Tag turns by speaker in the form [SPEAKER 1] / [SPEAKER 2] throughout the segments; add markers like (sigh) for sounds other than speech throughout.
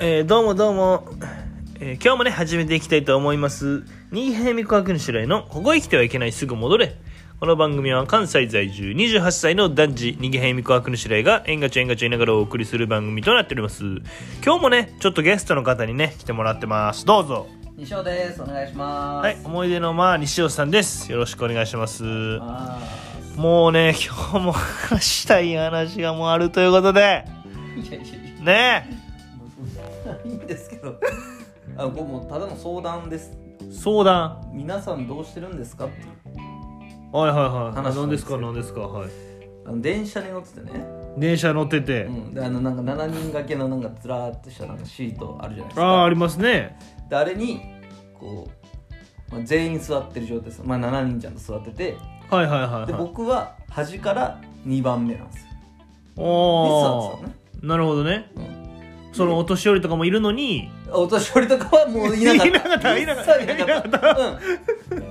[SPEAKER 1] えーどうもどうも、えー今日もね始めていきたいと思います新平美子学主来の「ここへ来てはいけないすぐ戻れ」この番組は関西在住28歳の男児新平美子学主来が縁がちょ縁がちょ言いながらお送りする番組となっております今日もねちょっとゲストの方にね来てもらってますどうぞ
[SPEAKER 2] 西尾ですお願いします
[SPEAKER 1] はい思い出のまあ西尾さんですよろしくお願いします
[SPEAKER 2] あ
[SPEAKER 1] もうね今日も話したい話がもうあるということで
[SPEAKER 2] ーいやいやい
[SPEAKER 1] ねえ
[SPEAKER 2] やもうそんないいんですけど (laughs) あ僕もただの相談です
[SPEAKER 1] 相談
[SPEAKER 2] 皆さんどうしてるんですかっていう
[SPEAKER 1] はいはいはい
[SPEAKER 2] 話した
[SPEAKER 1] 何
[SPEAKER 2] ん
[SPEAKER 1] で
[SPEAKER 2] ですす
[SPEAKER 1] か
[SPEAKER 2] よ
[SPEAKER 1] 何ですかはい
[SPEAKER 2] あの電車に乗っててね、
[SPEAKER 1] 電車乗ってて、
[SPEAKER 2] うん、であのなんか7人掛けのなんかずらーっとしたなんかシートあるじゃないです
[SPEAKER 1] あああ
[SPEAKER 2] か
[SPEAKER 1] りますね
[SPEAKER 2] であれにこう、まあ、全員座ってる状態です、まあ、7人ちゃんと座ってて
[SPEAKER 1] はいはいはい
[SPEAKER 2] で
[SPEAKER 1] はい
[SPEAKER 2] 僕は端から2番目なんですよ
[SPEAKER 1] お
[SPEAKER 2] で座ってたのね
[SPEAKER 1] ーなるほどね
[SPEAKER 2] うん
[SPEAKER 1] そのお年寄りとかもいるのに
[SPEAKER 2] お年寄りとかはもういなかった
[SPEAKER 1] いなかったいなかった
[SPEAKER 2] 一切いなかった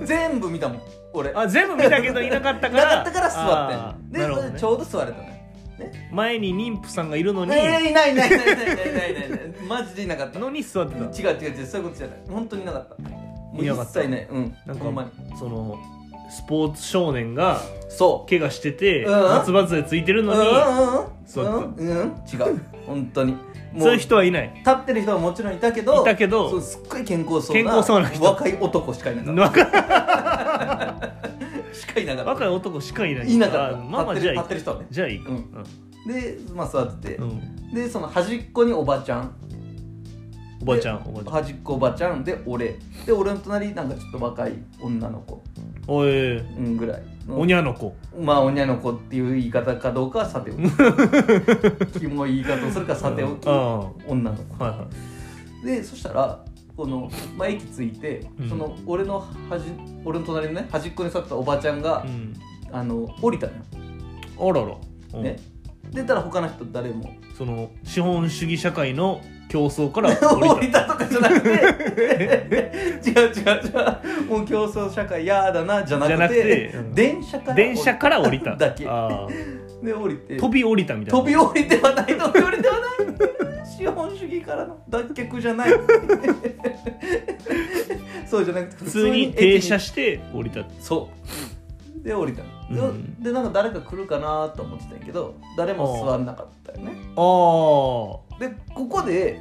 [SPEAKER 2] うん、全部見たもん俺
[SPEAKER 1] あ全部見たけどいなかったか
[SPEAKER 2] な
[SPEAKER 1] ら
[SPEAKER 2] かったから座
[SPEAKER 1] あ
[SPEAKER 2] っ
[SPEAKER 1] ー
[SPEAKER 2] てんで、
[SPEAKER 1] なるほどね
[SPEAKER 2] ちょうど座れたね
[SPEAKER 1] 前に妊婦さんがいるのに、
[SPEAKER 2] えー、いないいないいないいないいないいないいないマジでいなかった違う
[SPEAKER 1] のに座ってた
[SPEAKER 2] 違う違うそういうことじゃない本当にいなかったもう
[SPEAKER 1] いなか
[SPEAKER 2] 一
[SPEAKER 1] った
[SPEAKER 2] 切いないうん
[SPEAKER 1] なん
[SPEAKER 2] ほんま
[SPEAKER 1] か
[SPEAKER 2] に
[SPEAKER 1] そのスポーツ少年が
[SPEAKER 2] そ
[SPEAKER 1] 怪我してて
[SPEAKER 2] うん
[SPEAKER 1] 松葉杖ついてる
[SPEAKER 2] う
[SPEAKER 1] のに、
[SPEAKER 2] うん
[SPEAKER 1] 座って
[SPEAKER 2] うんうんうん違う本当にも
[SPEAKER 1] そういう
[SPEAKER 2] 立
[SPEAKER 1] 人はいない
[SPEAKER 2] ってる人はもちろんいたけど
[SPEAKER 1] いたけど
[SPEAKER 2] そうすっごい健康そうな
[SPEAKER 1] 健康そうな人
[SPEAKER 2] 若い男しかいなかっ
[SPEAKER 1] 若い
[SPEAKER 2] たしかいなかった
[SPEAKER 1] 若い男しかいない
[SPEAKER 2] いなかった
[SPEAKER 1] まあまあ
[SPEAKER 2] 立
[SPEAKER 1] じ
[SPEAKER 2] っ
[SPEAKER 1] ゃあ
[SPEAKER 2] てる立ってる人はね
[SPEAKER 1] じゃあいいか
[SPEAKER 2] うんでまあ座ってて、
[SPEAKER 1] うんうん
[SPEAKER 2] でその端っこにおばちゃん
[SPEAKER 1] おばちゃんおばちゃん
[SPEAKER 2] 端っこおばちゃんで俺で俺の隣なんかちょっと若い女の子、
[SPEAKER 1] おい
[SPEAKER 2] うん、ぐらいの
[SPEAKER 1] おにゃの子
[SPEAKER 2] まあおにゃの子っていう言い方かどうかはさてお
[SPEAKER 1] (laughs)
[SPEAKER 2] きキモい言い方をするかさておき、
[SPEAKER 1] うんあ
[SPEAKER 2] 女の
[SPEAKER 1] あはいはい
[SPEAKER 2] 子でそしたらこの、まあ、駅着いて、
[SPEAKER 1] うん
[SPEAKER 2] その俺の端俺の隣のね端っこに座ってたおばちゃんが
[SPEAKER 1] う、ん
[SPEAKER 2] あの降りたのよ、
[SPEAKER 1] あらら、うん
[SPEAKER 2] ね出たら他の人誰も
[SPEAKER 1] その資本主義社会の競争から
[SPEAKER 2] (laughs) 降
[SPEAKER 1] 降り
[SPEAKER 2] り
[SPEAKER 1] た
[SPEAKER 2] たとかじゃなく (laughs) て違う違う違うもう競争社会やだなじゃな
[SPEAKER 1] じゃな
[SPEAKER 2] く
[SPEAKER 1] く
[SPEAKER 2] て
[SPEAKER 1] てうん
[SPEAKER 2] 電車から
[SPEAKER 1] 電車から降りた
[SPEAKER 2] だけ
[SPEAKER 1] あー
[SPEAKER 2] で降りて
[SPEAKER 1] 飛び降りたみたいな
[SPEAKER 2] 飛び降りてはない飛び降りてはない資本主義からの脱却じゃない (laughs) そうじゃなくて
[SPEAKER 1] 普通に停車して降りた
[SPEAKER 2] そうで降りたので,、
[SPEAKER 1] うん
[SPEAKER 2] でなんか誰か来るかなと思ってたんやけど誰も座んなかったよね
[SPEAKER 1] あ
[SPEAKER 2] でここで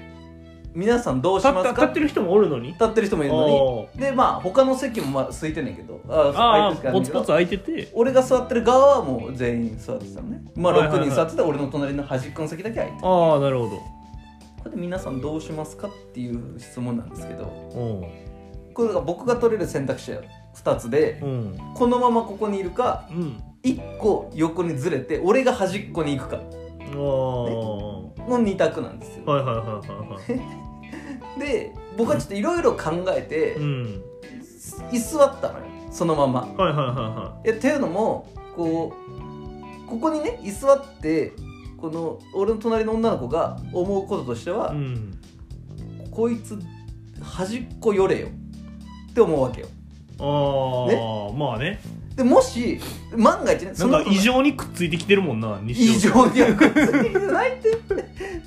[SPEAKER 2] 皆さんどうし
[SPEAKER 1] あ
[SPEAKER 2] ます
[SPEAKER 1] 立
[SPEAKER 2] か
[SPEAKER 1] った立ってる人もおるのに
[SPEAKER 2] 立ってる人もいるのにでまあ他の席もまあ空いてんねんけど
[SPEAKER 1] あ
[SPEAKER 2] あ
[SPEAKER 1] あ
[SPEAKER 2] 空いてる
[SPEAKER 1] ポ
[SPEAKER 2] 時
[SPEAKER 1] ツポツ
[SPEAKER 2] 間あるけど
[SPEAKER 1] 空いてて
[SPEAKER 2] 俺が座ってる側はもう全員座ってたのねまあ
[SPEAKER 1] はいはいはい
[SPEAKER 2] 6人座ってて俺の隣の端っこの席だけ空いてる
[SPEAKER 1] ああなるほ
[SPEAKER 2] これで皆さんどうしますかっていう質問なんですけど
[SPEAKER 1] どうん
[SPEAKER 2] これが僕が取れる選択肢は2つで
[SPEAKER 1] うん
[SPEAKER 2] このままここにいるか
[SPEAKER 1] うん
[SPEAKER 2] 1個横にずれて俺が端っこに行くか
[SPEAKER 1] ああ
[SPEAKER 2] の2択なんですよ
[SPEAKER 1] はいはいはいはいは
[SPEAKER 2] で僕はちょっといろいろ考えて
[SPEAKER 1] いうん
[SPEAKER 2] 居座ったのよそのまま
[SPEAKER 1] はいはいはいは
[SPEAKER 2] えっていうのもこうここにね居座ってこの俺の隣の女の子が思うこととしては、
[SPEAKER 1] いうん
[SPEAKER 2] こいつ端っこよれよって思うわけよ
[SPEAKER 1] ああまあね
[SPEAKER 2] でもし万が一ね
[SPEAKER 1] な
[SPEAKER 2] そ
[SPEAKER 1] ん
[SPEAKER 2] の
[SPEAKER 1] か異常にくっついてきてるもんな西
[SPEAKER 2] 異
[SPEAKER 1] 尾
[SPEAKER 2] 常に (laughs) はくっついてないって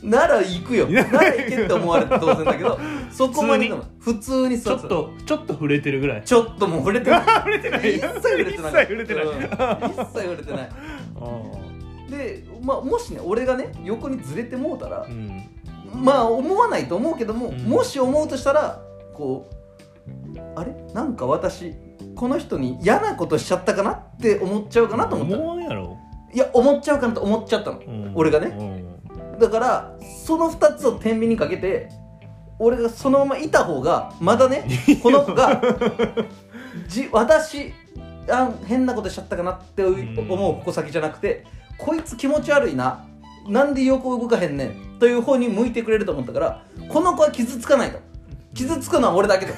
[SPEAKER 2] なら行くよなら行けって思われて当然だけどそこまででも普通に
[SPEAKER 1] ち
[SPEAKER 2] 座
[SPEAKER 1] ょ
[SPEAKER 2] って
[SPEAKER 1] ったとちょっと触れてるぐらい
[SPEAKER 2] ちょっともう触れてない
[SPEAKER 1] 触れてない
[SPEAKER 2] 一切触れてない
[SPEAKER 1] 一切触れてない
[SPEAKER 2] うん一切触れてないで、まあ、もしね俺がね横にずれてもうたら、
[SPEAKER 1] うん
[SPEAKER 2] まあ思わないと思うけども、
[SPEAKER 1] うん
[SPEAKER 2] もし思うとしたらこうあれなんか私この人に嫌なことしちゃったかなって思っちゃうかなと思ったの
[SPEAKER 1] 思うやろ、
[SPEAKER 2] いや思っちゃうかなと思っちゃったの、
[SPEAKER 1] うん
[SPEAKER 2] 俺がね
[SPEAKER 1] うん
[SPEAKER 2] だからその2つを天秤にかけて俺がそのままいた方がまだ
[SPEAKER 1] (laughs)
[SPEAKER 2] ねこの子がじ私あ変なことしちゃったかなって思
[SPEAKER 1] ん
[SPEAKER 2] う矛先じゃなくてこいつ気持ち悪いななんで横動かへんねんという方に向いてくれると思ったからこの子は傷つかないと傷つくのは俺だけと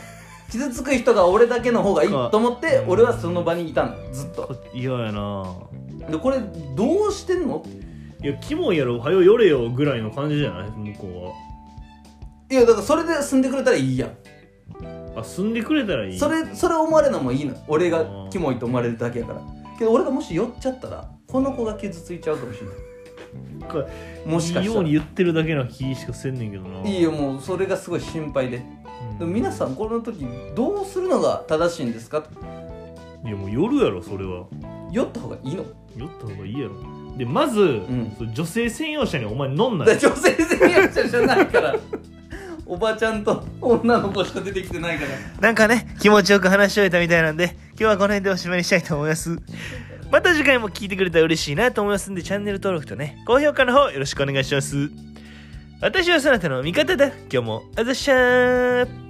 [SPEAKER 2] 傷つく人が俺だけの方がいいと思って
[SPEAKER 1] うん
[SPEAKER 2] 俺はその場にいたんだずっと
[SPEAKER 1] こ嫌やな
[SPEAKER 2] でこれどうしてんのって
[SPEAKER 1] いやキモいやろはよよれよぐらいの感じじゃない向こ
[SPEAKER 2] いやだからそれで済んでくれたらいいやん
[SPEAKER 1] うはあ住んでくれたらいい
[SPEAKER 2] それそれ思われるのもいいの俺
[SPEAKER 1] あ
[SPEAKER 2] が
[SPEAKER 1] ー
[SPEAKER 2] キモいと思われるだけやからけど俺がもし酔っちゃったらこの子が傷ついちゃうかもしれない
[SPEAKER 1] か
[SPEAKER 2] もしか
[SPEAKER 1] いい
[SPEAKER 2] し
[SPEAKER 1] よ
[SPEAKER 2] た
[SPEAKER 1] う
[SPEAKER 2] ら
[SPEAKER 1] に言ってるだけな気しかせんねんけどない
[SPEAKER 2] いよもうそれがすごい心配で
[SPEAKER 1] うん
[SPEAKER 2] でも皆さんこの時どうするのが正しいんですか
[SPEAKER 1] いやもう夜やろそれは
[SPEAKER 2] 酔った方がいいの
[SPEAKER 1] 酔った方がいいやろでまず、
[SPEAKER 2] ん
[SPEAKER 1] その女性専用車にお前飲んな
[SPEAKER 2] だ
[SPEAKER 1] よ
[SPEAKER 2] 女性専用車じゃないからおばちゃんと女の子しか出てきてないから
[SPEAKER 1] なんかね気持ちよく話し終えたみたいなんで今日はこの辺でおしまいにしたいと思いますまた次回も聞いてくれたら嬉しいなと思いますんでチャンネル登録とね高評価の方よろしくお願いします私はそなたの味方だ今日もあざっしゃー